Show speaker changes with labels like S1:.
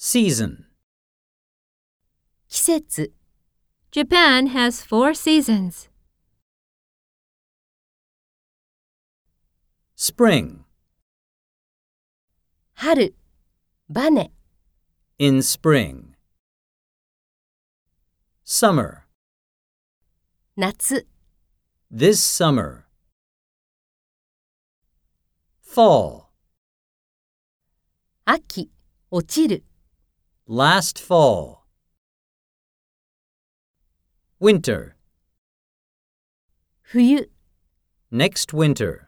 S1: Season.
S2: 季節、
S3: Japan has four seasons
S1: Spring.
S2: 春、バネ、
S1: In spring. Summer.
S2: 夏、
S1: This summer. Fall.
S2: 秋、落ちる、
S1: Last fall. Winter.
S2: 冬。
S1: Next winter.